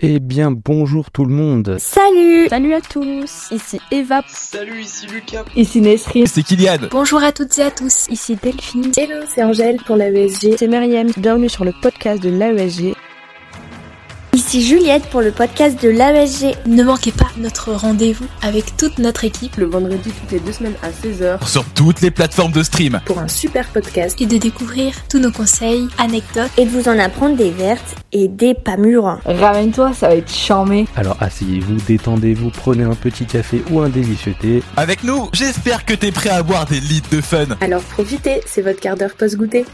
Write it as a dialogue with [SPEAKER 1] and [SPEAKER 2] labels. [SPEAKER 1] Eh bien, bonjour tout le monde.
[SPEAKER 2] Salut
[SPEAKER 3] Salut à tous, ici Eva.
[SPEAKER 4] Salut, ici Lucas.
[SPEAKER 5] Ici Nesri.
[SPEAKER 6] C'est Kylian.
[SPEAKER 7] Bonjour à toutes et à tous,
[SPEAKER 8] ici Delphine.
[SPEAKER 9] Hello, c'est Angèle pour E l'AESG.
[SPEAKER 10] C'est Myriam, bienvenue sur le podcast de l'AESG.
[SPEAKER 11] Ici Juliette pour le podcast de l'AESG.
[SPEAKER 7] Ne manquez pas notre rendez-vous avec toute notre équipe
[SPEAKER 12] le vendredi toutes les deux semaines à 16h
[SPEAKER 6] sur toutes les plateformes de stream
[SPEAKER 12] pour un super podcast
[SPEAKER 7] et de découvrir tous nos conseils, anecdotes
[SPEAKER 11] et de vous en apprendre des vertes et des pas mûres.
[SPEAKER 5] Ramène-toi, ça va être charmé.
[SPEAKER 1] Alors asseyez-vous, détendez-vous, prenez un petit café ou un délicieux thé.
[SPEAKER 6] Avec nous, j'espère que t'es prêt à boire des litres de fun.
[SPEAKER 12] Alors profitez, c'est votre quart d'heure post-goûter.